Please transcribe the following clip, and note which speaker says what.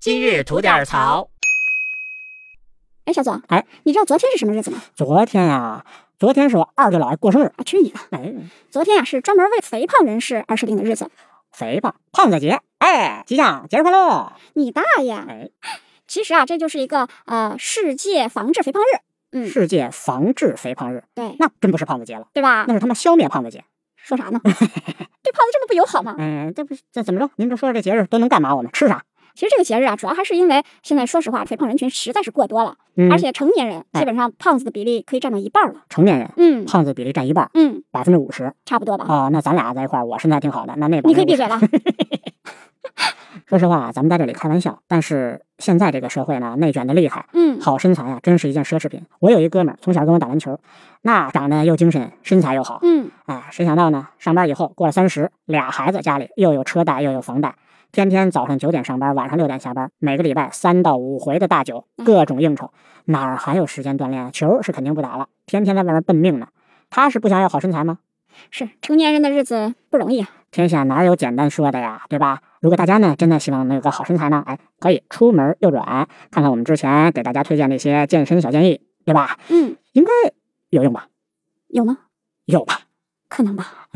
Speaker 1: 今日吐点槽。
Speaker 2: 哎，小左，
Speaker 3: 哎，
Speaker 2: 你知道昨天是什么日子吗？
Speaker 3: 昨天呀、昨天是我二舅姥爷过生日。
Speaker 2: 啊，去你的！
Speaker 3: 哎，
Speaker 2: 昨天呀、是专门为肥胖人士而设定的日子。
Speaker 3: 肥胖胖子节，哎，吉祥节日快乐！
Speaker 2: 你大爷！
Speaker 3: 哎，
Speaker 2: 其实啊，这就是一个呃世界防治肥胖日，嗯
Speaker 3: 世界防治肥胖日，
Speaker 2: 对
Speaker 3: 那真不是胖子节了，
Speaker 2: 对吧？
Speaker 3: 那是他妈消灭胖子节。
Speaker 2: 说啥 呢？对胖子这么不友好吗？
Speaker 3: 嗯，这不是这怎么着？您这说这节日都能干嘛？我们吃啥？
Speaker 2: 其实这个节日啊，主要还是因为现在说实话，肥胖人群实在是过多了，
Speaker 3: 嗯，
Speaker 2: 而且成年人
Speaker 3: 哎
Speaker 2: 基本上胖子的比例可以占到一半了。
Speaker 3: 成年人
Speaker 2: 嗯
Speaker 3: 胖子比例占一半，
Speaker 2: 嗯，
Speaker 3: 百分之五十
Speaker 2: 差不多吧。
Speaker 3: 啊。那咱俩在一块儿，我身材挺好的，那那
Speaker 2: 你可以闭
Speaker 3: 50%
Speaker 2: 嘴了。
Speaker 3: 说实话，咱们在这里开玩笑，但是现在这个社会呢，内卷的厉害，
Speaker 2: 嗯，
Speaker 3: 好身材啊，真是一件奢侈品。我有一哥们儿从小跟我打篮球，那长得又精神，身材又好，
Speaker 2: 嗯，
Speaker 3: 哎，谁想到呢？上班以后过了三十，俩孩子家里又有车贷又有房贷，天天早上九点上班，晚上六点下班，每个礼拜三到五回的大酒，各种应酬，哪儿还有时间锻炼啊？球是肯定不打了，天天在外面奔命呢。他是不想要好身材吗？
Speaker 2: 是成年人的日子不容易啊。
Speaker 3: 天下哪有简单说的呀，对吧？如果大家呢真的希望能有个好身材呢，哎，可以出门右转，看看我们之前给大家推荐的一些健身小建议，对吧？
Speaker 2: 嗯，
Speaker 3: 应该有用吧？
Speaker 2: 有吗？
Speaker 3: 有吧？
Speaker 2: 可能吧。